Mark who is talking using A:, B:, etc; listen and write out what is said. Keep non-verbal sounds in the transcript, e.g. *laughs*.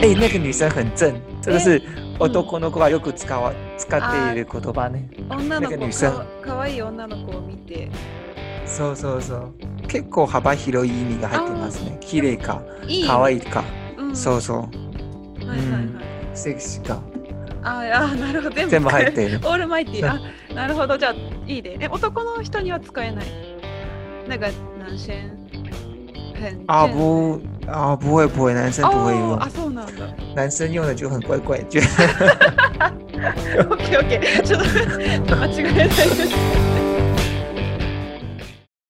A: え、那个女生很正，这个是男の子がよく使わ使っている言葉ね。
B: 女
A: な
B: の
A: んか
B: 子
A: 女性
B: かかわいい女の子を見て
A: そうそうそう。結構幅広い意味が入ってますね。綺麗か、
B: いい
A: 可愛
B: い、
A: いか、
B: うん、
A: そうそう、
B: はいはいはい、
A: うんセクシーか、
B: あーあーなるほど全
A: 全部入っている
B: *laughs* オ。ールマイティーあなるほどじゃあいいでえ男の人には使えないなんか何シェン変
A: 啊不啊，不会不会，男生不会
B: あ
A: 用，
B: そうなんだ *laughs*
A: 男生用的就很怪怪，就
B: *laughs* オッケーオッケーちょっと間違えないです